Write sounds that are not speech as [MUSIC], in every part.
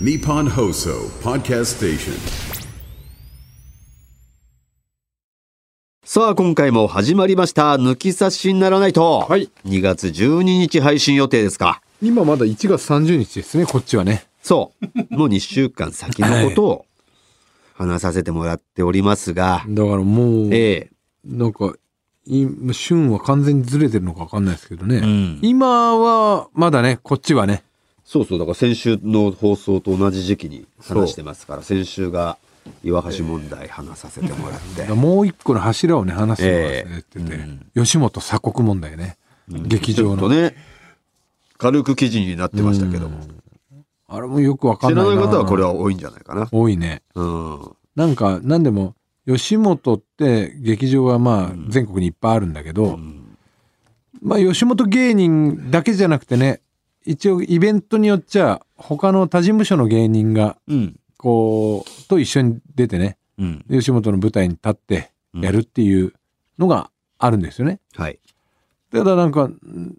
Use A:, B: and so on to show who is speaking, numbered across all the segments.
A: Nippon Hoso Podcast Station.
B: さあ、今回も始まりました。抜き差しにならないと。
C: はい
B: 2月12日配信予定ですか。
C: 今まだ1月30日ですね、こっちはね。
B: そう。
C: [LAUGHS]
B: もう2週間先のことを話させてもらっておりますが、
C: だからもう、
B: え
C: なんか、今、旬は完全にずれてるのかわかんないですけどね。
B: えうん
C: 今は、まだね、こっちはね。
B: そうそう、だから先週の放送と同じ時期に話してますから、先週が岩橋問題話させてもらって。
C: もう一個の柱をね、話すのがずれてて、
B: ええ
C: 吉本鎖国問題ね。 [LAUGHS] 劇
B: ちょ
C: 場
B: っと
C: の。
B: ね、軽く記事になってましたけども。
C: あれもよくわか
B: 知
C: んな
B: ら
C: いな。
B: ない方はこれは多いんじゃないかな。
C: 多いね。
B: うん。
C: なんか、なんでも、吉本って劇場はまあ、全国にいっぱいあるんだけど、まあ、吉本芸人だけじゃなくてね、一応イベントによっちゃ、他の他事務所の芸人が、
B: うん。
C: こう、と一緒に出てね、
B: うん。
C: 吉本の舞台に立ってやるっていうのがあるんですよね。
B: はい。
C: ただなんか、ん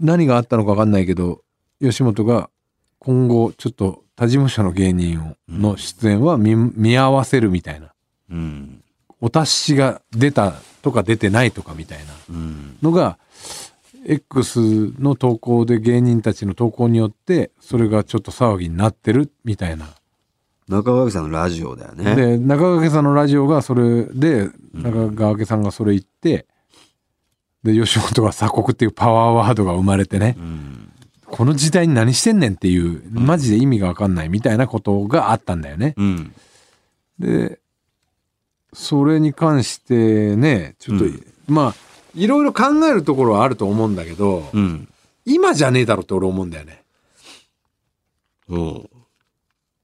C: 何があったのかわかんないけど、吉本が今後、ちょっと他事務所の芸人をの出演は見見合わせるみたいな。
B: うん。
C: お達しが出たとか出てないとかみたいな
B: うん。
C: のが X の投稿で芸人たちの投稿によってそれがちょっと騒ぎになってるみたいな。
B: 中川さんのラジオだよね。
C: で中川家さんのラジオがそれで中川家さんがそれ言ってで吉本が鎖国っていうパワーワードが生まれてね
B: うん。
C: この時代に何してんねんっていうマジで意味が分かんないみたいなことがあったんだよね。
B: うん。
C: でそれに関してねちょっと、
B: うん
C: まあいろいろ考えるところはあると思うんだけど、
B: うん。
C: 今じゃねえだろって俺思うんだよね
B: うん。
C: も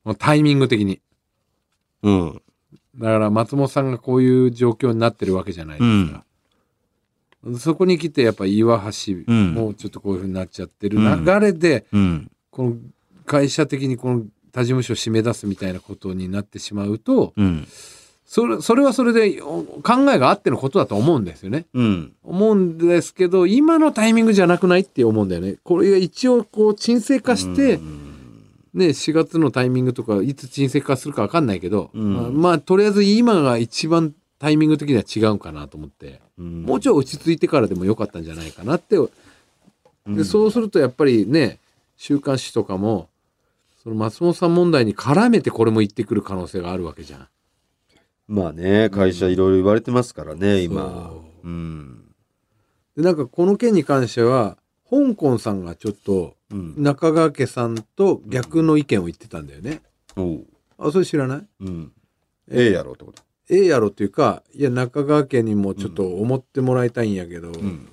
C: うタイミング的に
B: うん。
C: だから松本さんがこういう状況になってるわけじゃないですか、そこに来てやっぱ岩橋
B: うん
C: もうちょっとこういうふうになっちゃってる
B: うん
C: 流れで、
B: うん。
C: この会社的にこの他事務所を締め出すみたいなことになってしまうと
B: うん。
C: それそれはそれでお考えがあってのことだと思うんですよね
B: うん。
C: 思うんですけど今のタイミングじゃなくないって思うんだよねこれが一応こう沈静化して、ね4月のタイミングとかいつ沈静化するか分かんないけど、
B: うん
C: まあまあとりあえず今が一番タイミング的には違うかなと思って、もうちょい落ち着いてからでもよかったんじゃないかなって、
B: ん
C: でそうするとやっぱりね週刊誌とかもその松本さん問題に絡めてこれも言ってくる可能性があるわけじゃん。
B: まあね、会社いろいろ言われてますからね、今
C: そ。
B: うん。
C: でなんかこの件に関しては香港さんがちょっと
B: うん。
C: 中川家さんと逆の意見を言ってたんだよね。
B: おう
C: あ、それ知らない
B: うん。ええやろってこと。
C: ええやろっていうか、いや、中川家にもちょっと思ってもらいたいんやけど、
B: うん。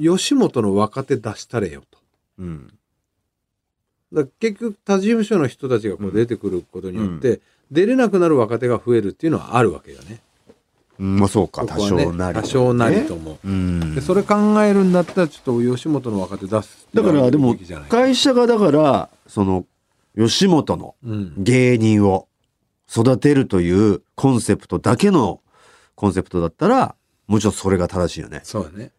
C: 吉本の若手出したれよと。
B: うん。
C: だから結局、他事務所の人たちがこう出てくることによって、出れなくなる若手が増えるっていうのはあるわけよね。
B: うんまあそうか、
C: こ
B: 多
C: こはね
B: 少なり。
C: 多少なりと。も。
B: うん
C: で。それ考えるんだったら、ちょっと吉本の若手出すって
B: だ
C: いうの
B: か
C: は
B: らでも
C: べきじゃない
B: 会社がだからその吉本の
C: うん。
B: 芸人を育てるというコンセプトだけのコンセプトだったらもちろんそれが正しいよね。
C: そうだね。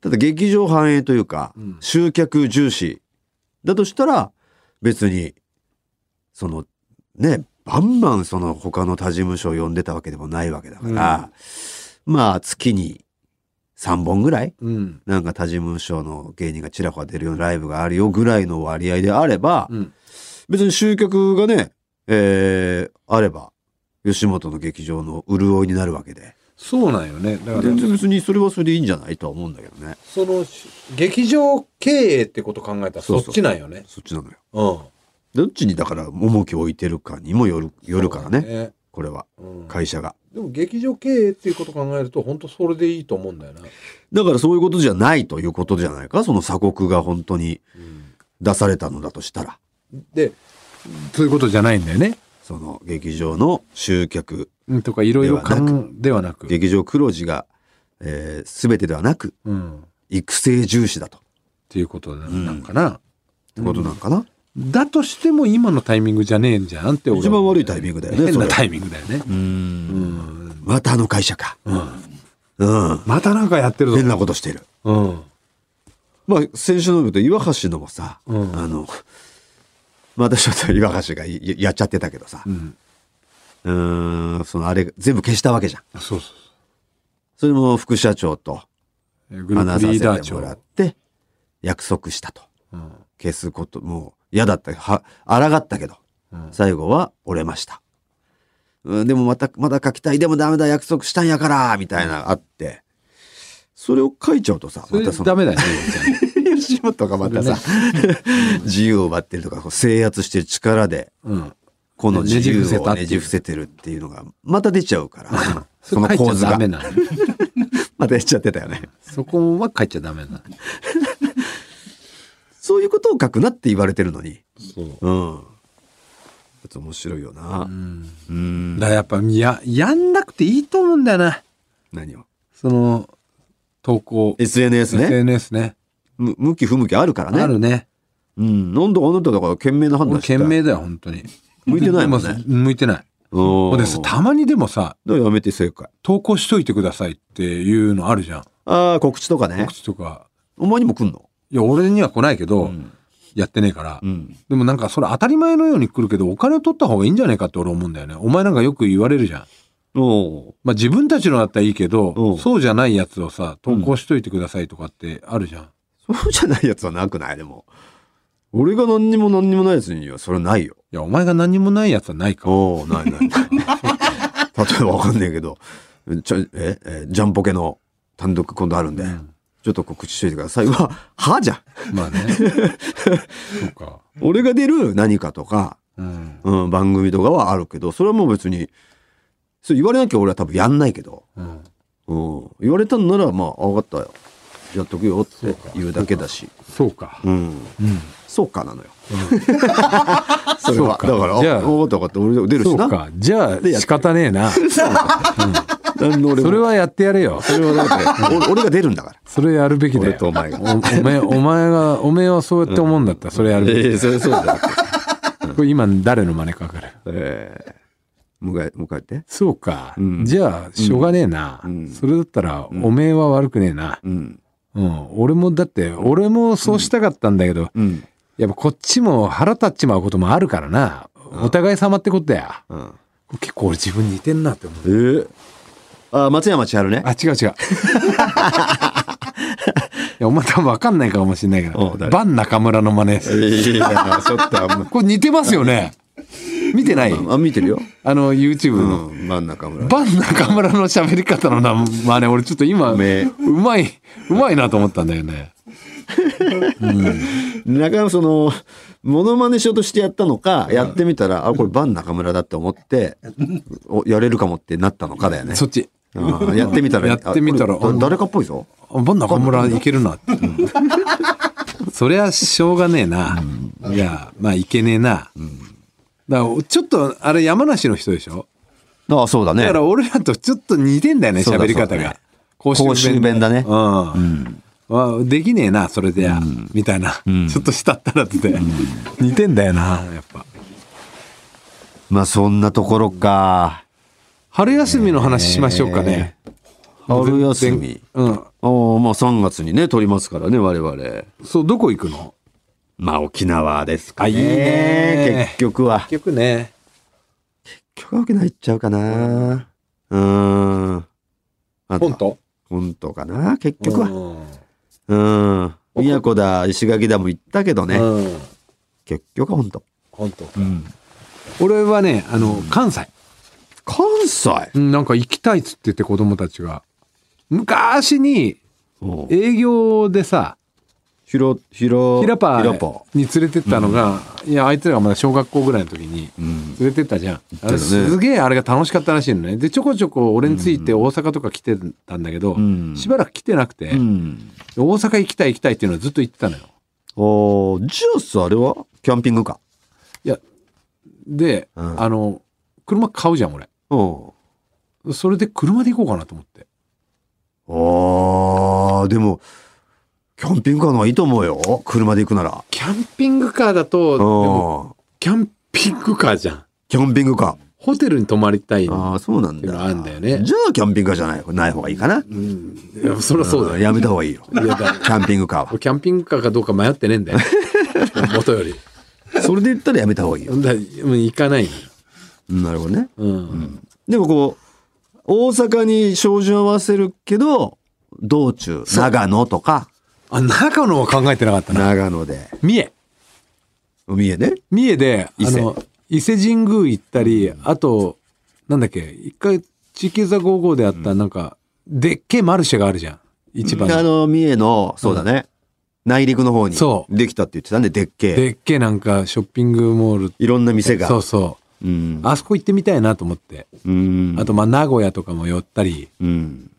B: ただ劇場繁栄というか、
C: うん
B: 集客重視だとしたら別にそのねバンバンその他の他事務所を呼んでたわけでもないわけだから、まあ月に3本ぐらい
C: うん。
B: なんか他事務所の芸人がちらほら出るようなライブがあるよぐらいの割合であれば、
C: うん。
B: 別に集客がね、えー、あれば、吉本の劇場の潤いになるわけで。
C: そうなんよね。だから
B: 全、然別にそれはそれでいいんじゃないとは思うんだけどね。
C: その、し劇場経営ってこと考えたら
B: そ
C: そうっ
B: そう
C: ちなんよね。
B: そっちなのよ。
C: う
B: ど
C: ん。
B: っちにだから重きを置いてるかにもよる、よるからね。
C: そうだね
B: これは、
C: うん
B: 会社が。
C: でも劇場経営っていうことを考えると本当それでいいと思うんだよな、
B: だからそういうことじゃないということじゃないか。その鎖国が本当に出されたのだとしたら。
C: でそういうことじゃないんだよね
B: その劇場の集客、
C: とかいろいろではなく
B: 劇場黒字が、えー、全てではなく、
C: うん、っ
B: 育成重視だと。って
C: いうことななんかな、
B: てことなんかな。
C: だとしても今のタイミングじゃねえんじゃんって俺は
B: 一番悪いタイミングだよね
C: 変
B: それ
C: な
B: は
C: タイミングだよね、
B: うんまたあの会社か。うん。
C: またなんかやってるぞ
B: 変なことしてる。
C: うん
B: まあ、先週の言うと、岩橋のもさ、あの、またちょっと岩橋がややっちゃってたけどさ。
C: うん、
B: うーん、そのあれ全部消したわけじゃん。
C: そうそうそ
B: それも副社長と
C: うえグルー
B: 話
C: プ
B: さ
C: リーダー
B: せて
C: 長
B: もらって、約束したと。
C: うん
B: 消すこと、もう嫌だったけど、は、抗ったけど、
C: うん
B: 最後は折れました。うん、でもまた、まだ書きたい。でもダメだ、約束したんやから、みたいなのあって。それを書いちゃうとさ、
C: それ
B: またその
C: ダメだよ
B: [LAUGHS]
C: ね
B: 吉本がまたさ、 [LAUGHS] 自由を奪ってるとか、こう制圧してる力で、
C: うん
B: この自由
C: ねじ伏せた
B: を
C: ってい
B: ね
C: う
B: じ伏せてるっていうのが、また出ちゃうから、 [LAUGHS] その
C: れ
B: 構図
C: 書いちゃダ
B: が
C: メ、なの
B: またやっちゃってたよね。
C: そこは書いちゃダメなの
B: そういうことを書くなって言われてるのに。
C: そう
B: うん。ちょっと面白いよな。うん。
C: だからやっぱややんなくていいと思うんだよな
B: 何を
C: その投稿
B: ?SNS ね。
C: SNS ね
B: む向き不向きあるからね。
C: あるね
B: うん。なんだあなただから懸命な判
C: 俺
B: 断して
C: 懸命だよ本当に
B: 向いてないもん
C: で
B: ね。
C: 向いてない
B: うん。
C: 俺さたまにでもさ
B: だからやめて正解。
C: 投稿しといてくださいっていうのあるじゃん
B: ああ、告知とかね
C: 告。知とか
B: お前にも来んの
C: いや俺には来ないけど、
B: ん
C: やってねえから、
B: うん。
C: でもなんかそれ当たり前のように来るけどお金を取った方がいいんじゃねえかって俺思うんだよねお前なんかよく言われるじゃん
B: おう
C: まあ自分たちのだったらいいけ
B: う
C: ど
B: ん
C: そうじゃないやつをさ投稿しといてくださいとかってあるじゃん、
B: そうじゃないやつはなくないでも。俺が何にも何にもないやつにはそれはないよ。
C: いやお前が何もないやつはないか
B: おおないないない。 [LAUGHS] 例えばわかんないけど、ちょええジャンポケの単独今度あるんで、ちょっと告知しといてください。は、はじゃん。
C: まあ [LAUGHS] ねそうか
B: 俺が出る何かとか、
C: うん
B: うん、番組とかはあるけど、それはもう別に、それ言われなきゃ俺は多分やんないけど、
C: うん
B: うん、言われたんなら、まあ、あわかったよ。やっとくよって言うだけだし。
C: そうか
B: うん。
C: うん
B: [LAUGHS] そうかなのよ。それは。
C: そうか
B: だから、あ
C: じゃあ
B: わかったわかった。俺出る
C: そ
B: し
C: う
B: な。
C: かじゃあ
B: でやって
C: 仕方ねえな
B: 何の俺も
C: それはやってやれよ
B: それはだって、俺俺が出るんだから。
C: それやるべきだ
B: 俺
C: よ
B: とお前が。
C: おおめえお前がおめえはそうやって思うんだったらそれやるべき
B: [LAUGHS] ええそれそうだ。
C: これ今誰の真似かかる
B: ええ迎え、迎えて。
C: そうか、
B: うん
C: じゃあしょうがねえな、
B: うん
C: それだったらおめえは悪くねえな、
B: うん。
C: うん、俺もだって俺もそうしたかったんだけど、
B: うん。
C: やっぱこっちも腹立っちまうこともあるからな、お互い様ってことだよ
B: うん。
C: 結構俺自分似てんなって思
B: え
C: う
B: えあ、松山千春ね。
C: あ違う [LAUGHS] 違ういやお前多分分かんないかもしれないけど
B: お誰
C: バン中村の真似
B: いや、ちょっとあんま。
C: これ似てますよね見てない
B: あ、見てるよ。
C: あの YouTube
B: う
C: の、
B: ん。真ん中村。
C: バン中村の喋り方のな真似俺ちょっと今う
B: め
C: まいうまいなと思ったんだよね
B: なかなかその、モノマネしようとしてやったのか、やってみたら、あ、これバン中村だって思 [LAUGHS] って、おやれるかもってなったのかだよね。
C: そっち
B: うんやってみたら、
C: やってみたら
B: あこれだ誰かっぽいぞ。
C: あバン中村いけるなって、そりゃしょうがねえな、いやまあいけねえな、だからちょっとあれ山梨の人でしょ
B: ああ、そうだね。
C: だから俺らとちょっと似てんだよね
B: そうだ
C: 喋り方
B: そうだ
C: が
B: ね公衆弁だね
C: うん、まあ、できねえなそれでや、みたいな、ちょっとしたったらってて、似てんだよなやっぱ
B: まあ、そんなところか。
C: 春休みの話しましょうかね、
B: 春休み。
C: うん
B: ああ、まあ3月にね、撮りますからね、我々。
C: そうどこ行くの
B: まあ沖縄ですかね。
C: あいいね
B: 結局は。
C: 結局ね
B: 結局は沖縄行っちゃうかな。うーん。あと
C: 本当
B: 本当かな、結局は。
C: は
B: うん。宮古だ、石垣だも行ったけどね。
C: うん
B: 結局は本当。
C: 本当俺はねあの関西
B: 関西
C: うんなんか行きたいっつってて子供たちが昔に
B: うん
C: 営業でさ
B: ひろ、ひろ、
C: ヒラパ
B: ひらぱ
C: ーに連れてったのが、いやあいつらがまだ小学校ぐらいの時に
B: うん。
C: 連れてったじゃん、
B: たよ
C: あ
B: ね
C: れすげえあれが楽しかったらしいのねでちょこちょこ俺について大阪とか来てたんだけど、
B: ん
C: しばらく来てなくて、
B: うん。
C: 大阪行きたい行きたいっていうのはずっと言ってたのよ
B: おじゃあさ、あれはキャンピングか。
C: いやで、
B: うん
C: あの車買うじゃん俺
B: うん。
C: それで車で行こうかなと思って
B: ああ、でも、キャンピングカーの方がいいと思うよ。車で行くなら。
C: キャンピングカーだ
B: う
C: とでも
B: ん。
C: キャンピングカーじゃん
B: キャンピングカ
C: ホテルに泊まりたい
B: ー。
C: の
B: ああ、そうなん
C: っていうの
B: だ。
C: あるんだよね
B: じゃあ、キャンピングカーじゃないない方がいいかな。
C: いやそりゃそうだよ
B: んやめた方がいいよ。キ
C: いやだ
B: ャンピングカーは [LAUGHS]
C: 俺。キャンピングカーかどうか迷ってねえんだよ元より
B: それで言ったらやめた方がいいよ。
C: だもう行かないのよ
B: なるほどね。
C: うん
B: でもこう、大阪に照準合わせるけど、道中、長野とか、
C: あ長野は考えてなかったな
B: 長野で、
C: 三重
B: 海へね。
C: 三重で
B: 伊
C: あ
B: 勢
C: の伊勢神宮行ったりあとなんだっけ一回地球座55であったなんか、でっけえマルシェがあるじゃん市場
B: あ
C: の
B: の、三重の、そうだね、内陸の方に
C: そ、う
B: できたって言ってたんで、でっけえ。
C: でっけえなんかショッピングモール
B: いろんな店が。。
C: そうそう
B: ん
C: う。あそこ行ってみたいなと思って、
B: うん。
C: あとまあ名古屋とかも寄ったり
B: うん。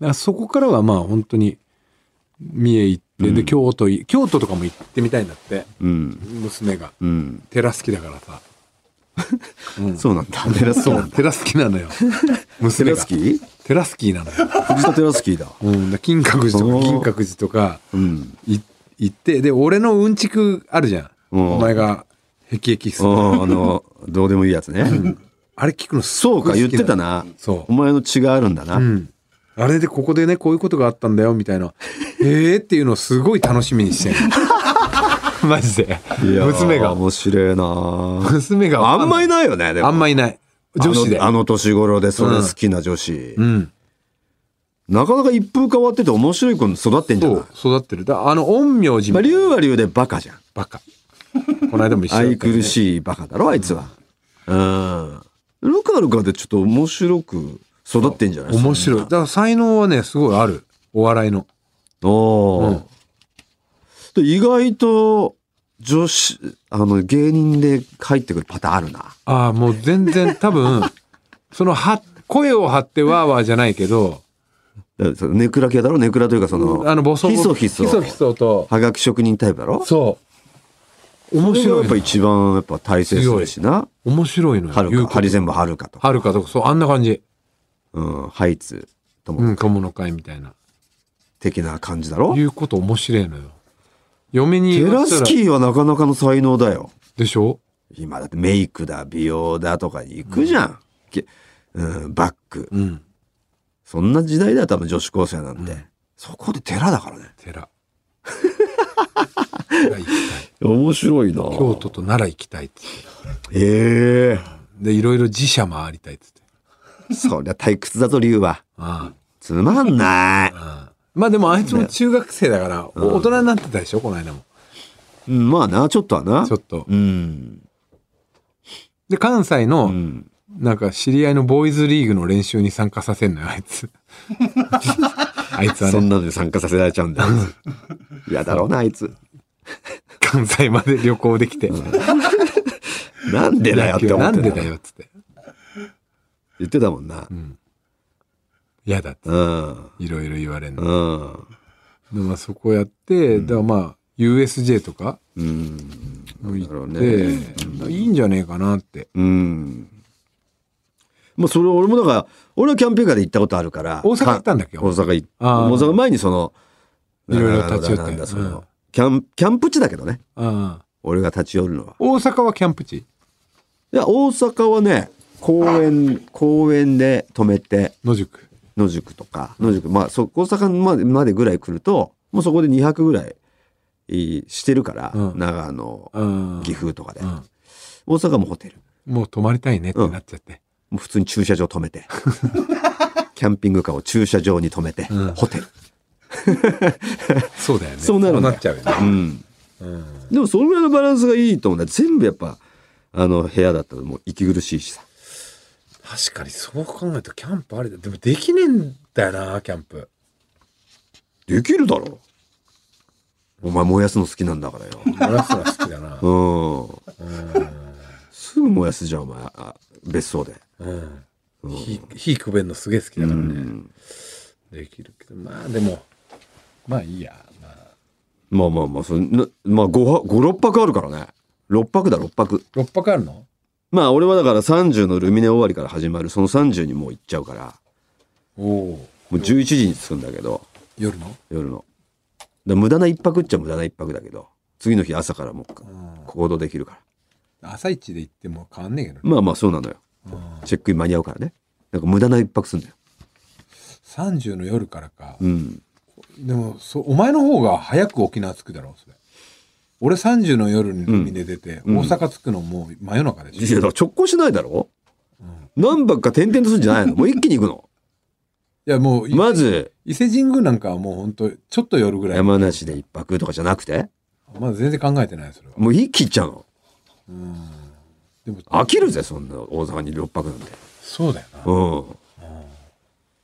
C: だからそこからはまあ本当に三重行って、で京都い京都とかも行ってみたいんだって
B: うん。
C: 娘が
B: うん。
C: 寺好きだからさ
B: そうなんだ。テラスキーなんだ。
C: 寺好き
B: [LAUGHS]
C: なのよ
B: テ
C: 娘
B: ラ
C: が
B: スキー
C: 寺好きなのよ
B: 藤田テラスキーだ。
C: うん、だ金閣寺と
B: お
C: か
B: ー
C: 銀閣寺とか
B: うん。
C: い行ってで俺のうんちくあるじゃん
B: うん
C: お前が辟易する
B: おーあの、どうでもいいやつね。
C: あれ聞くのす
B: そう
C: ご
B: か、
C: い
B: 言
C: 好
B: っ
C: き
B: てた
C: の
B: な。
C: そ
B: お前の血があるんだな。
C: う、うん、あれでここでねこういうことがあったんだよみたい [LAUGHS] なええっていうのをすごい楽しみにしてる [LAUGHS] マジで
B: いやー
C: 娘が
B: 面白いなー
C: 娘が
B: あんまい
C: い
B: ないよね、でも。
C: あんまいない女子で
B: あのあの年頃でそれ好きな女子。
C: うん
B: なかなか一風変わってて面白い子に育ってんじゃ
C: そ
B: ないう
C: 育ってるだあの陰陽師
B: まあ、
C: みたい
B: 竜
C: な
B: は竜でバカじゃん。
C: バカこの間も一緒だったよね
B: 愛くるしいバカだろ、あいつは。うん。ルカルカでちょっと面白く育ってんじゃない
C: 面白いだから才能はねすごいあるお笑いの
B: おーで意外と、女子、あの、芸人で入ってくるパターンあるな。
C: ああ、もう全 [LAUGHS] 然多分、そのは、声を張ってわーわーじゃないけど、
B: だからそのネクラ系だろネクラというかその、
C: あの、ボソボ
B: ひそ
C: ソ。
B: ひそ。
C: ひそひそと、
B: はがき職人タイプだろ
C: そう。面
B: それが
C: 白
B: や
C: い
B: っぱ
C: の。
B: 一番やっぱ大成するしな。
C: 面白いのよ。
B: はる
C: 言う
B: か、
C: こと
B: ハリセンボンはるかとか、
C: はるかとか、そう、あんな感じ。
B: うん、ハイツと
C: う
B: も
C: ん、友の会みたいな。
B: 的な感じだろ、
C: 言うこと面白いのよ。嫁に
B: テ
C: 言わ
B: ラ
C: せた
B: ス
C: ら
B: キーはなかなかの才能だよ。
C: でしょ
B: 今だってメイクだ、美容だとかに行くじゃん。けうん、バック。
C: うん。
B: そんな時代だよ、多分女子高生なんて。
C: うん
B: そこで寺だからね。
C: 寺。 [LAUGHS] 寺行きたい
B: 面白いな
C: 京都と奈良行きたいって言って
B: ええ
C: で、いろいろ寺社回りたいって言って。
B: そりゃ退屈だぞ、竜は。
C: あ
B: つまんない。
C: あ。まあでもあいつも中学生だから、お大人になってたでしょこの間も。
B: うんまあな、ちょっとはな。
C: ちょっと。
B: うん。
C: で、関西
B: う
C: の、
B: ん。
C: なんか知り合いのボーイズリーグの練習に参加させんのよ、あい
B: [LAUGHS]
C: つ。あいつは
B: そん
C: ね、
B: なのに参加させられちゃうんだよ。 [LAUGHS] 嫌だろうな、あいつ。
C: 関西まで旅行できて。
B: なんでだよって思
C: な
B: って
C: ん
B: た
C: でだよ、っつって。
B: 言ってたもんな。
C: 嫌だって。
B: うん。
C: いろいろ言われんの。
B: うん。
C: でまあそこやって、だからまあ、USJ とか
B: うん。
C: も行っ
B: な
C: て、
B: る
C: いいんじゃねえかなって。
B: うん。まあ、それ俺もだから、俺はキャンピングカーで行ったことあるから。
C: 大阪行ったんだっけ
B: か大阪行っ
C: あー
B: 大阪前にその、
C: いろいろ
B: なんだ
C: 立ち寄っ
B: な
C: て
B: んだそ
C: うん
B: の、キャン、キャンプ地だけどね。
C: ああ
B: 俺が立ち寄るのは。
C: 大阪はキャンプ地
B: いや、大阪はね、公園、公園で止めて、
C: 野宿。
B: 野宿とか、野宿、まあ、そ大阪までまでぐらい来ると、もうそこで2泊ぐらいいしてるから、
C: うん
B: 長野、
C: うん
B: 岐阜とかで。
C: うん
B: 大阪もホテル。
C: もう泊まりたいねってなっちゃって。
B: もう普通に駐車場止め [LAUGHS] て。キャンピングカーを駐車場に止めて、
C: うん
B: ホテル。
C: そうだよね。
B: そうなるんだよ
C: っちゃうよね。
B: うん。でも、そのぐらいのバランスがいいと思うんだよ全部やっぱ、あの、部屋だったらもう息苦しいしさ。
C: 確かにそう考えるとキャンプありだでもできねえんだよなキャンプ
B: できるだろお前燃やすの好きなんだからよ。
C: 俺は好きだな、
B: うん。すぐ燃やすじゃん、お前。あ別荘で。
C: うん火火くべんのすげえ好きだからね、できるけどまあでもまあいいや、まあ、
B: まあまあまあ、それなまあ5、五6泊あるからね。6泊だ、6泊。
C: 6泊あるの
B: まあ俺はだから30のルミネ終わりから始まる、その30にもう行っちゃうから、
C: おお
B: もう11時に着くんだけど、
C: 夜の
B: 夜の。だ無駄な一泊っちゃ無駄な一泊だけど、次の日朝からもう行動できるから。
C: 朝一で行っても変わんねえけどね、
B: まあまあそうなのよ。
C: うん
B: チェックイン間に合うからね。なんか無駄な一泊すんだよ。
C: 30の夜からか、
B: うん。
C: でもそお前の方が早く沖縄着くだろそれ俺30の夜に海で出て、
B: うん
C: 大阪着くのもう真夜中で
B: いや、
C: し
B: だ
C: ょ。
B: から直行しないだろ何泊か転々とするんじゃないのもう一気に行くの。
C: いやもう、
B: まず、
C: 伊勢神宮なんかはもう本当ちょっと夜ぐらい。
B: 山梨で一泊とかじゃなくて、
C: まだ全然考えてないそれは。
B: もう一気行っちゃうの。
C: でも
B: 飽きるぜ、そんな大阪に六泊なんて。
C: そうだよ
B: う
C: な。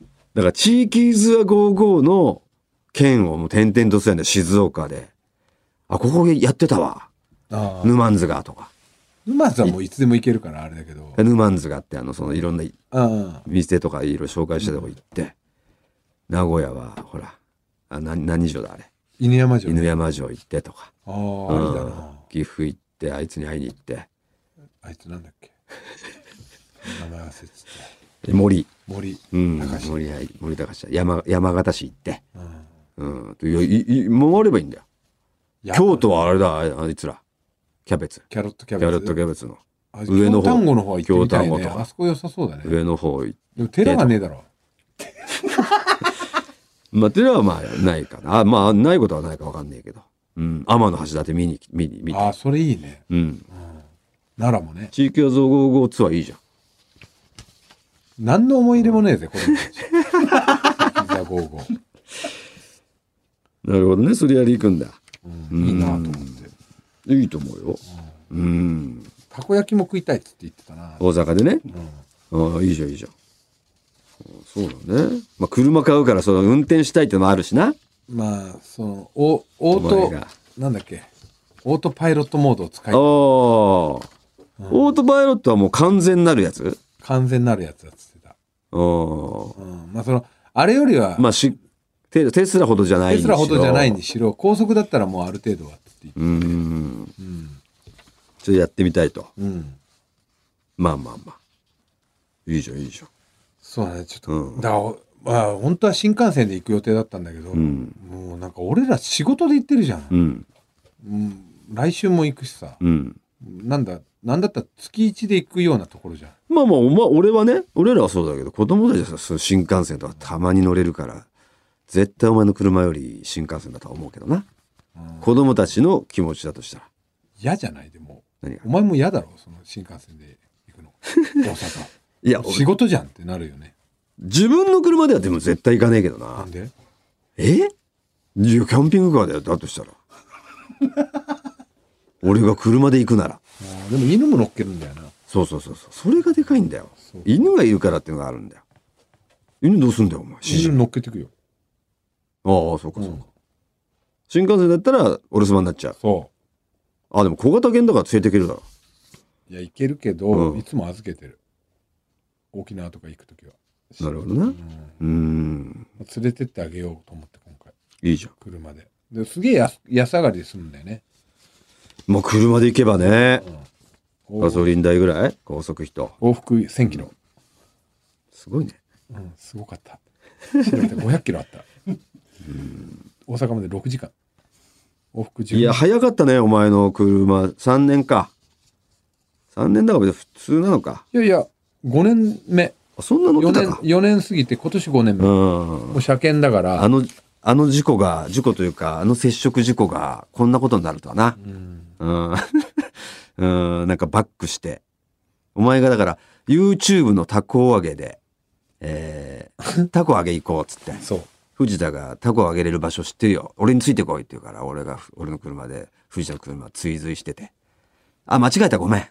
B: ん。だから、地域ーズア55の県をもう転々とするんだよ、静岡で。あ、ここやってたわ。
C: ああ。
B: ヌマンズがとか。
C: 沼津はもういつでも行けるからあれだけど。あ
B: ヌマンズがって、あの、そのいろんな
C: あ。
B: 店とかいろいろ紹介してたとこ行って、名古屋は、ほら、あな何城だ、あれ。
C: 犬山城。
B: 犬山城行ってとか。
C: あ
B: う
C: あ、ありだ
B: ん
C: な。
B: 岐阜行って、あいつに会いに行って。
C: あいつなんだっけ。名前忘れてた。
B: 森。
C: 森。
B: うん、
C: 高橋
B: 森はい森高市山山形市行って、
C: うん
B: うん、いやいい回ればいいんだよ京。都はあれだああいつらキャベツ
C: キャロットキ
B: キ
C: ャ
B: ャ
C: ベツ。
B: ロットキャベツの
C: あ
B: 上の方
C: 京丹後の方は行ってみたい
B: 京丹
C: ね。
B: 後とか
C: あそこ良さそうだね。
B: 上の方行って
C: でも寺がねえだろ。
B: まあ寺はまあないかなあまあないことはないかわかんないけど、うん、天橋立見に見に見
C: あ
B: て、
C: あ、それいいね。
B: うん、
C: 奈良もね。
B: 地域は造語号ツアーいいじゃん
C: 何の思い入れもねえぜ、これ。ザゴーゴー。
B: なるほどねそれやり行くんだ
C: うんいいなと思って。
B: いいと思うようん
C: たこ焼きも食いたいっつって言ってたな。
B: 大阪でね、ああいいじゃんいいじゃんそうだねまあ車買うからその運転したいってのもあるしな
C: まあ、その、おオ
B: お前
C: ー
B: が
C: ト、なんだっけ。オートパイロットモードを使い
B: ああ、、オートパイロットはもう完全なるやつ
C: 完全なるやつだっつってた。
B: ああ
C: うん。まあ、その、あれよりは、
B: まあしテテスラほどじゃない
C: テ
B: にし
C: ス
B: ろ
C: ラほどじゃないにしろ、高速だったらもうある程度はっつって言って
B: うんちょっとやってみたいと
C: うん。
B: まあまあまあいいじゃんいいじゃん
C: そうだね、ちょっと。
B: うん
C: だからおまあ、本当は新幹線で行く予定だったんだけど、
B: ん
C: もうなんか俺ら仕事で行ってるじゃん。
B: うん
C: うん、来週も行くしさ、
B: うん
C: なんだ、なんだったら月一で行くようなところじゃん。
B: まあまあお前俺はね俺らはそうだけど子供たちはさその新幹線とかたまに乗れるから絶対お前の車より新幹線だとは思うけどな、子供たちの気持ちだとしたら
C: 嫌じゃないでも
B: 何が
C: お前も嫌だろその新幹線で行くの大
B: [LAUGHS]
C: 阪
B: いや
C: 仕事じゃんってなるよね
B: 自分の車ではでも絶対行かねえけどな
C: なんで
B: えいやキャンピングカーだよだと [LAUGHS] したら俺が車で行くなら
C: あーでも犬も乗っけるんだよな
B: そうそうそうそうそれがでかいんだよ犬がいるからっていうのがあるんだよ犬どうすんだよお前指示
C: 犬乗っけてくよ
B: ああそうかそうか、新幹線だったらお留守番になっちゃう
C: そ
B: あでも小型犬だから連れていけるだろ
C: ういや行けるけど、
B: うん
C: いつも預けてる沖縄とか行く時は
B: なるほどなうーん
C: 連れてってあげようと思って今回
B: いいじゃん
C: 車でですげえ安安上がりで済むんだよね
B: まあ車で行けばね
C: 往
B: ガソ
C: 復
B: リン代ぐらい高速費と
C: 往復1000キロ、
B: すごいね
C: うん、すごかった。調べて500キロあ
B: [LAUGHS]
C: った。大阪まで6時間。往復10
B: いや早かったねお前の車3年か3年だから別に普通なのか
C: いやいや、5年目。
B: あそんな乗
C: 4
B: ってた
C: 年
B: か、
C: 四年過ぎて今年5年目。
B: う
C: も
B: ん
C: う車検だから。
B: あのあの事故が事故というかあの接触事故がこんなことになるとはな
C: うん
B: うんうん [LAUGHS] なんかバックしてお前がだから YouTube のタコ揚げで、えータコ揚げ行こうっつって
C: そう。
B: 藤田がタコ揚げれる場所知ってるよ俺についてこいって言うから俺が俺の車で藤田の車追随しててあ間違えたごめん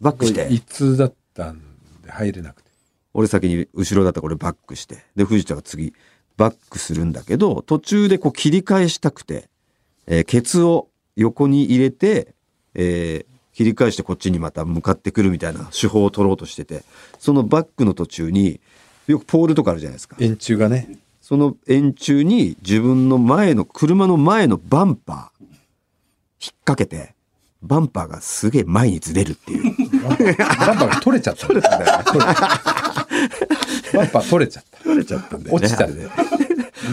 B: バックして
C: 一通だったんで入れなくて。
B: 俺先に後ろだったから俺バックしてで藤田が次バックするんだけど途中でこう切り返したくて、えーケツを横に入れて、えー切り返してこっちにまた向かってくるみたいな手法を取ろうとしててそのバックの途中によくポールとかあるじゃないですか
C: 円柱がね。
B: その円柱に自分の前の車の前のバンパー引っ掛けてバンパーがすげえ前にずれるっていう。
C: [LAUGHS] バンパーバンパーが取れちゃった。取れ
B: [LAUGHS]
C: たんだよ。バンパー取れちゃった。取れちゃったん
B: だよね
C: [LAUGHS] 落ちたんで。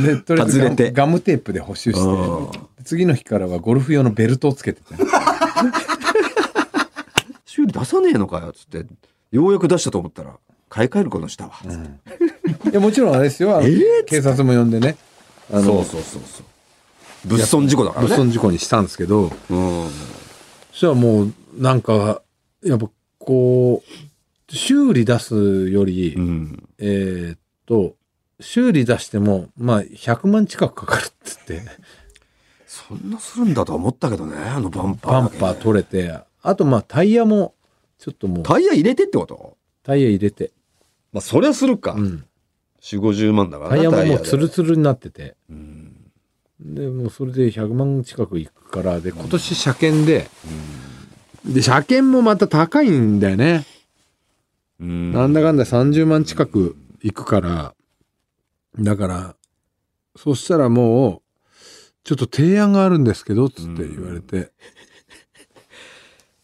C: で、とりあえずガ
B: 外れて
C: ムガムテープで補修して、次の日からはゴルフ用のベルトをつけてた。
B: 修理出さねえのかよっつってようやく出したと思ったら買い替えることしたわ、
C: いやもちろんあれですよ、あの警察も呼んでねあの
B: そうそうそうそう物損事故だから
C: 物
B: ね。
C: 損事故にしたんですけど
B: うん。
C: そしたらもうなんかやっぱこう修理出すより、
B: うん。
C: えーっと修理出してもまあ100万近くかかるって言って
B: そんなするんだとは思ったけどね、あのバンパー
C: バン
B: だけね
C: パー取れてあとまあタイヤもちょっともう
B: タイヤ入れてってこと
C: タイヤ入れて、
B: まあ、そりゃするか。
C: うん、
B: 4、50万だから
C: タイヤももうツルツルになってて
B: うん。
C: でもうそれで100万近くいくからで今年車検で、で車検もまた高いんだよね、
B: うん
C: なんだかんだ30万近くいくからだからそしたらもうちょっと提案があるんですけどっつって言われて、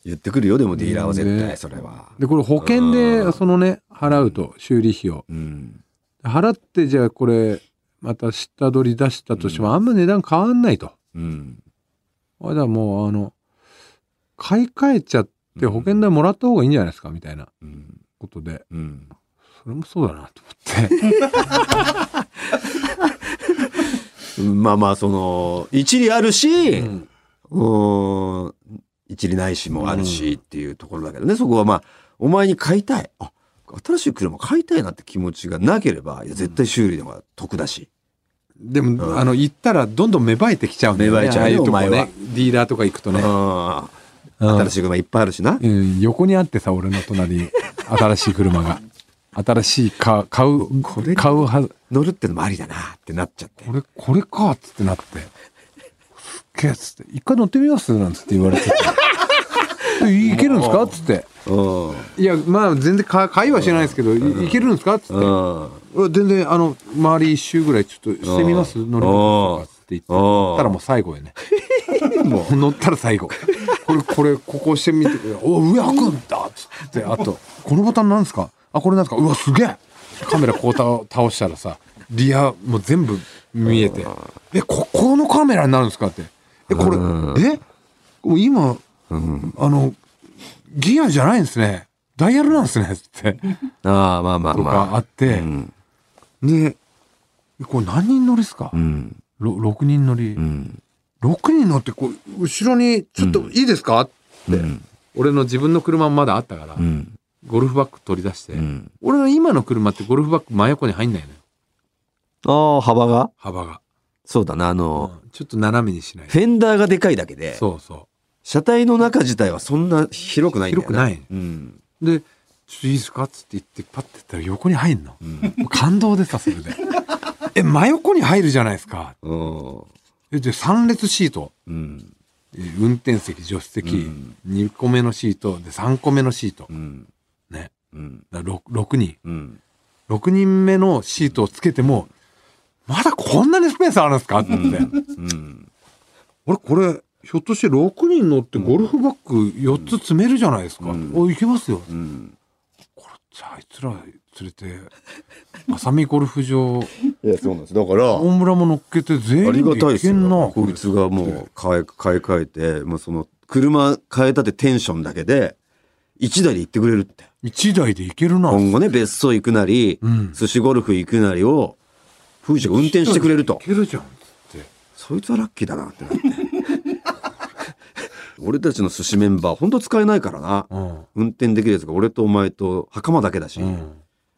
B: 言ってくるよ、でもディーラーは絶
C: ね
B: 対、それは。
C: でこれ保険でそのね払うと修理費を
B: うん。
C: 払ってじゃあこれまた下取り出したとしてもあんま値段変わんないと。
B: うん。
C: あれだもうあの買い替えちゃって保険代もらった方がいいんじゃないですかみたいな
B: うん。
C: ことで
B: うん。
C: それもそうだなと思って
B: まあまあ、その、一理あるし、
C: う
B: うんーん、一理ないしもあるしっていうところだけどね、そこはまあ、お前に買いたい。あ、新しい車買いたいなって気持ちがなければ、いや、絶対修理の方が得だし。
C: でも、
B: うん
C: あの行ったらどんどん芽生えてきちゃうんだよね
B: 芽生えちゃう
C: ああいうとこ
B: お前は
C: ねディーラーとか行くとね、
B: あ
C: うん
B: あ、新しい車いっぱいあるしな。
C: うん横にあってさ俺の隣に新しい車が新しいか買う
B: これ
C: 買うはず
B: 乗るってのもありだなってなっちゃって。
C: 俺これかっつってなってすっげえっつって一回乗ってみますなんつって言われてて
B: [LAUGHS]
C: えいけるんですかっつって
B: うん。う
C: いやまあ全然か買いはしないですけどいいけるんですかっつって
B: ん。
C: うわ全然あの周り一周ぐらいちょっとしてみます
B: うん
C: 乗り方とかって言って
B: うん
C: 乗ったらもう最後やねもう乗ったら最後これこれここ押してみてお上開くんだっつってあとこのボタンなんですかあこれなんですかうわすげえカメラこうた倒したらさリアもう全部見えてえここのカメラになるんですかってえこれえもう今あのギアじゃないんですねダイヤルなんですねって
B: ああ、まあまあ
C: と
B: ま
C: か
B: あ。
C: あって、
B: うん。
C: で、これ何人乗りですか、
B: うん。
C: ろ ?6 人乗り。
B: うん。
C: 6人乗って、こう、後ろに、ちょっといいですか、って、
B: うん
C: 俺の自分の車もまだあったから、
B: うん。
C: ゴルフバッグ取り出して、
B: うん。
C: 俺の今の車ってゴルフバッグ真横に入んないのよ、
B: ああ、幅が
C: 幅が、
B: そうだな、あ
C: う
B: の、
C: んちょっと斜めにしない。
B: フェンダーがでかいだけで、
C: そうそ
B: 車体の中自体はそんな広くないんだよ
C: 広くない
B: うん。
C: う。で、ちょっといいですかっつって言って、パッて言ったら横に入んの。
B: うん。
C: もう感動でさ、それ
B: [LAUGHS]
C: で。え、真横に入るじゃないですか。
B: うん。
C: えで、3列シート。
B: うん。
C: えー運転席助手席、
B: うん
C: 2個目のシートで3個目のシート、
B: うん。
C: ね
B: うん。
C: だ 6, 6人
B: うん。
C: 6人目のシートをつけてもまだこんなにスペースあるんですかって言って、
B: うん。
C: 俺これひょっとして6人乗ってゴルフバッグ4つ詰めるじゃないですか、
B: うん
C: おいけますよ、
B: うん。
C: これじゃああいつら連れて浅見ゴルフ場
B: いや、そうなんです。だから、
C: 大村も乗っけて全
B: あり
C: 員
B: がたい
C: で
B: で
C: い
B: す
C: け
B: よ
C: んな
B: こいつがもう買い買い替え
C: [LAUGHS]
B: て、もうその車変えたってテンションだけで一台で行ってくれるって
C: 1台でいけるな
B: 今後ね別荘行くなり、
C: うん
B: 寿司ゴルフ行くなりを風車が運転してくれる
C: い
B: と
C: けるじゃんっつって
B: そいつはラッキーだなってなって [LAUGHS] 俺たちの寿司メンバーほんと使えないからな、
C: うん
B: 運転できるやつが俺とお前と袴だけだし、
C: うん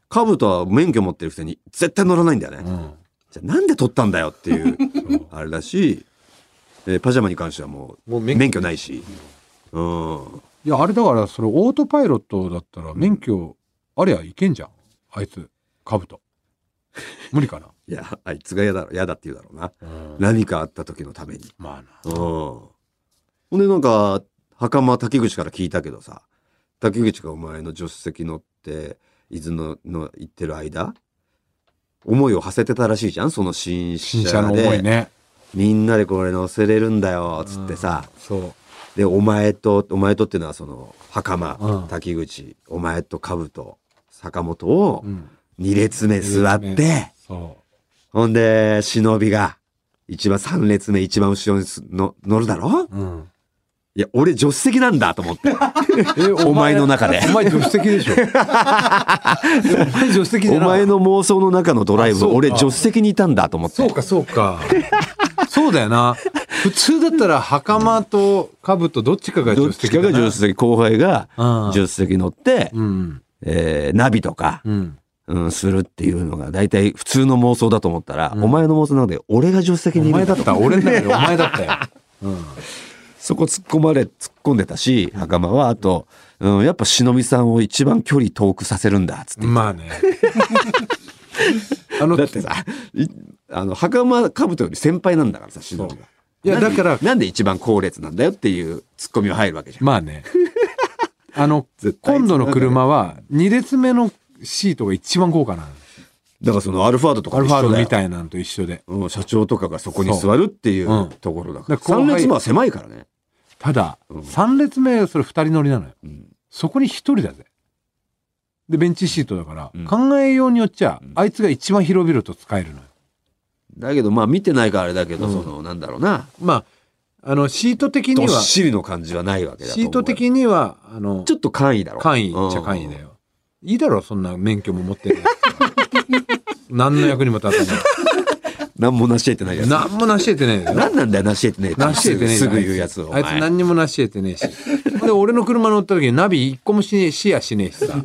B: カブとは免許持ってるくせに絶対乗らないんだよね、
C: うん
B: じゃあなんで取ったんだよって
C: [LAUGHS]
B: いうあれだし、えーパジャマに関してはもう
C: もう免
B: 免
C: 許
B: 許ないし、うん、
C: いやあれだからそれオートパイロットだったら免許ありゃいけんじゃんあいつカブト無理かな
B: いやあいつが嫌だろ嫌だって言うだろうな、
C: うん
B: 何かあった時のために、
C: まあ
B: う
C: な
B: ん、ほんでなんか袴滝口から聞いたけどさ滝口がお前の助手席乗って伊豆のの行ってる間思いを馳せてたらしいじゃんその新
C: 新
B: 車で
C: 車の思いね
B: みんなでこれ乗せれるんだよつってさ、
C: そ
B: でお前とお前とっていうのはその袴、
C: うん
B: 滝口お前と兜坂本を
C: う、うん、
B: 2列目座っ
C: 二列
B: て
C: そ
B: ほんで忍びが一番3列目一番後ろにすの乗るだろ
C: う、うん、
B: いや俺助手席なんだと思って
C: え [LAUGHS] お
B: お前の中で
C: お前助手席で
B: [LAUGHS]
C: しょお前助手席じゃ
B: お
C: ない
B: 前の妄想の中のドライ
C: あ
B: ブ
C: そうか
B: 俺助手席にいたんだと思って
C: そうかそうかそうだよな。普通だったら袴と兜どっちかが助
B: どっ
C: 手
B: ち
C: 席
B: か
C: だ
B: が助
C: な
B: 手席後輩が
C: うん
B: 助手席乗って、
C: うん。
B: えーナビとか、
C: うん。
B: うん、するっていうのが大体普通の妄想だと思ったら、
C: うん
B: お前の妄想なので俺が助手席
C: お
B: にいる
C: 前
B: ん
C: だ
B: だと
C: っ [LAUGHS] た。俺の中でお前だったよ。うん。
B: そこ突っ込まれ突っ込んでたし袴はあと、うん、やっぱ忍びさんを一番距離遠くさせるんだっつって、
C: [LAUGHS] まあね。あの
B: だってさ [LAUGHS] いあの袴兜より先輩なんだからさ忍びが。
C: いや
B: なん
C: だ
B: で
C: から
B: なんで一番後列なんだよっていう突っ込みは入るわけじゃん。
C: まあね。あ [LAUGHS] の
B: 絶対
C: 今度の車は2列目のシートが一番豪華なの
B: だからそのアルファードとか
C: ア
B: と
C: ル
B: 一
C: ファー
B: 緒
C: ド
B: だ
C: み
B: よ。
C: たいなのと一緒で
B: うん、社長とかがそこに座るっていう
C: そううん
B: ところだから。
C: だから後
B: 三
C: 輩
B: 列目は狭いからね。
C: ただ
B: うん
C: 3列目それ2人乗りなのよ
B: うん
C: そこに1人だぜでベンチシートだから、
B: うん
C: 考えようによっちゃ、
B: うん
C: あいつが一番広々と使えるのよ
B: だけどまあ見てないからあれだけど、
C: うん
B: そのなんだろうな。
C: まああのシート的
B: ど
C: に
B: っ
C: はシ
B: しりの感じはないわけだと思う
C: ート的にはあの
B: ちょっと簡易だろ。
C: 簡易っちゃ簡易だよ、いいだろそんな免許も持ってるやつ [LAUGHS] 何の役にも立た
B: 何も成し得てないや
C: ない
B: つ。
C: 何も成し得てないよ
B: なんなんだよ、成し得てねえって。
C: 成し得てねえ
B: すぐ言うやつを。
C: あいつ
B: お前
C: 何にも成し得てねえしで俺の車乗った時にナビ一個もしねえ視野しねえ [LAUGHS] しさ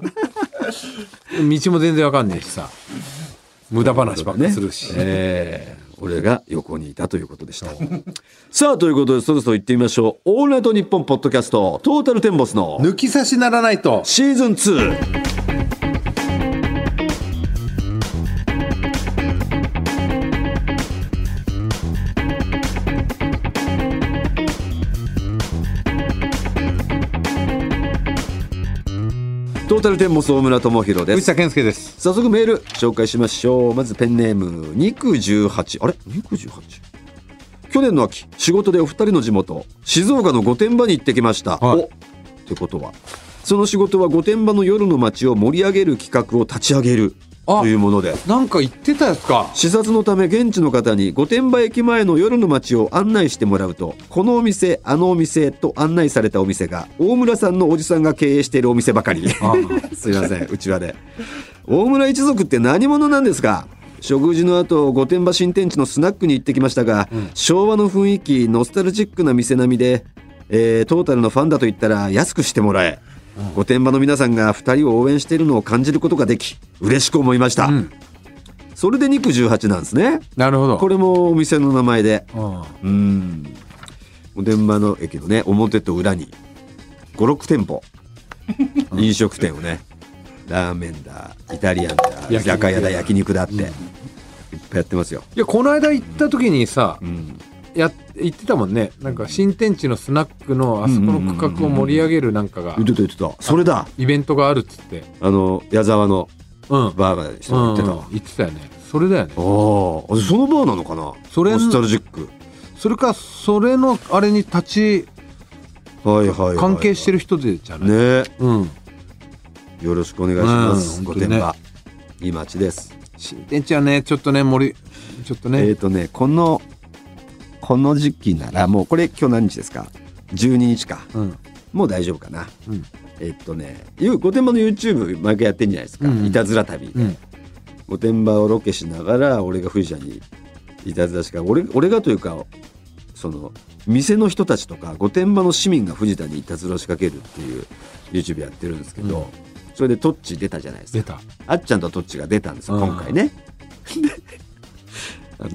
C: 道も全然わかんねえしさ無駄話ばっかするし、
B: ええ俺が横にいたということでした。さあ、ということで、そろそろ行ってみましょう。オールナイトニッポンポッドキャスト、トータルテンボスの
C: 抜き差しならないと
B: シーズン2。トータルテンボス大村智弘です
C: 内。田健介です
B: 早速メール紹介しましょうまずペンネーム肉18あれ肉 18? 去年の秋仕事でお二人の地元静岡の御殿場に行ってきました、
C: はい
B: おってことはその仕事は御殿場の夜の街を盛り上げる企画を立ち上げる
C: あ
B: というもので
C: なんか言ってたやつか
B: 視察のため現地の方に御殿場駅前の夜の街を案内してもらうとこのお店あのお店と案内されたお店が大村さんのおじさんが経営しているお店ばかり
C: あ
B: [LAUGHS] すいませんうちわで大村一族って何者なんですか食事の後御殿場新天地のスナックに行ってきましたが、昭和の雰囲気ノスタルジックな店並みで、えートータルのファンだと言ったら安くしてもらえ、御殿場の皆さんが2人を応援しているのを感じることができ嬉しく思いました、
C: ん
B: それで肉18なんですね
C: なるほど
B: こ
C: れ
B: れもお店の名前で
C: あ
B: うんお電場の駅のね表と裏に56店舗飲食店をねラーメンだイタリアンだ居
C: 焼肉
B: 酒屋だ焼肉だって、いっぱいやってますよ、
C: いやこの間行った時にさ、
B: うん、
C: や言ってたもんねなんか新天地のスナックのあそこの区画を盛り上げるなんかが
B: 言ってた言ってたそれだ
C: イベントがあるっつって
B: あの矢沢の
C: うん
B: バーガーでした
C: うん
B: 言
C: う
B: って
C: ん
B: たわ、
C: 言ってたよねそれだよね
B: ああそのバーなのかな
C: それ
B: ノスタルジック
C: それかそれのあれに立ち
B: はいはいはい、
C: 関係してる人でじゃない、
B: ね
C: うん、
B: よろしくお願いします、
C: うん
B: 御
C: 本当にね
B: 殿場いい街です
C: 新天地はねちょっとね森ちょっとね、
B: えっ、とねこのこの時期ならもうこれ今日何日ですか12日か
C: うん
B: もう大丈夫かな
C: うん
B: えっ、とねゆ御殿場の YouTube 毎回やってんじゃないですか、
C: うん
B: いたずら旅
C: うん
B: 御殿場をロケしながら俺が富士山にいたずらしか俺俺がというかその店の人たちとか御殿場の市民が藤田にいたずらを仕掛けるっていう YouTube やってるんですけど、
C: うん
B: それでトッチ出たじゃないですか
C: 出た
B: あっちゃんとトッチが出たんですよ、
C: うん
B: 今回
C: [LAUGHS]
B: ね。であの、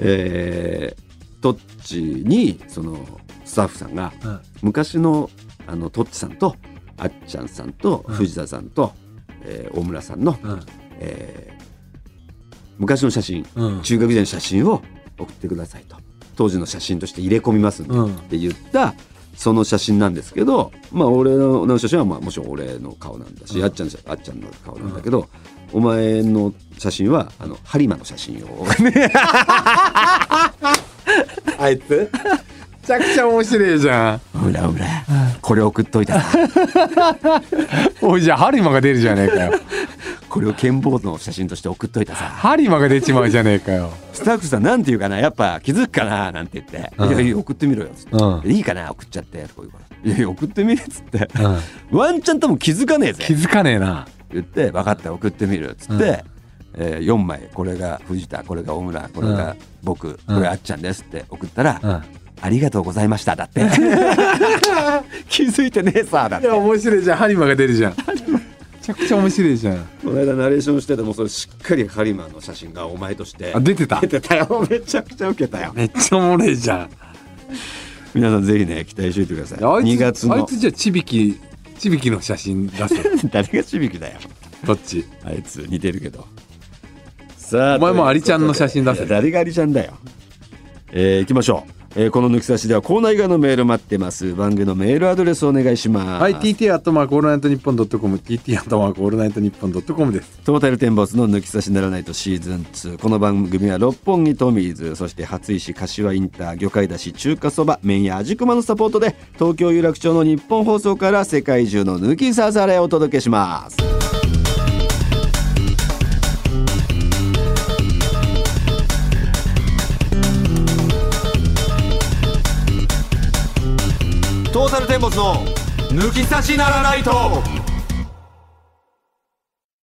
B: えートッチに、その、スタッフさんが、
C: うん
B: 昔の、あの、トッチさんと、あっちゃんさんと、
C: うん
B: 藤田さんと、えー大村さんの、
C: うん
B: えー昔の写真、
C: うん
B: 中学時代の写真を送ってくださいと。当時の写真として入れ込みますんで、
C: うん
B: って言ったその写真なんですけど、まあ、俺のの写真はまあもちろん俺の顔なんだし、
C: うん
B: あっちゃんのあっちゃんの顔なんだけど、お前の写真はあのハリマの写真
C: [LAUGHS]
B: を
C: あいつ
B: [LAUGHS]
C: めちゃくちゃ面白いじゃ [LAUGHS] ん
B: ほらほらこれ送っといたら
C: おいじゃあハリマが出るじゃねえかよ [LAUGHS]
B: これを剣坊の写真として送っといたさ
C: ハリマが出ちまうじゃねえかよ
B: スタッフさんなんて言うかなやっぱ気づくかななんて言って「
C: うん
B: いやいや送ってみろよ」つって
C: うん
B: いいかな送っちゃって」とか言うから「いやいや送ってみ」っつって、
C: うん
B: ワンチャン多分気づかねえぜ
C: 気づかねえな
B: 言って「分かった送ってみる」っつって、
D: えー、4枚これが藤田これが大村これが僕、これあっちゃんですって送ったら「
C: うん
D: ありがとうございました」だ
C: [LAUGHS]
D: って気づいてねえさだっ
C: い
D: て
C: や面白いじゃんハリマが出るじゃんめちゃくちゃ面白いじゃん
B: この間ナレーションしててもそれしっかりハリマンの写真がお前として
C: あ出てた
B: 出てたよめちゃくちゃ受けたよ
C: めっちゃおもろいじゃん
B: 皆さんぜひね期待しておいてください
C: あいつ
B: 2月
C: あい
B: の
C: つじゃあちびきちびきの写真出す
B: 誰がちびきだよ
C: どっち
B: あいつ似てるけどさあ
C: お
B: という
C: 前も
B: ことで
C: アリちゃんの写真出せ
B: いや誰がアリちゃんだよえー、行きましょう、えーこの抜き差しではコーナー以外のメール待ってます番組のメールアドレスお願いします
C: はい TT アットマークオールナイトニッポンドットコム TT アットマークオールナイトニッポンドットコムです
B: トータルテンボスの抜き差しならないとシーズン2この番組は六本木トミーズそして初石柏インター魚介だし中華そば麺や味熊のサポートで東京有楽町の日本放送から世界中の抜き差されをお届けします
D: トータルテンボスの抜き差しならないと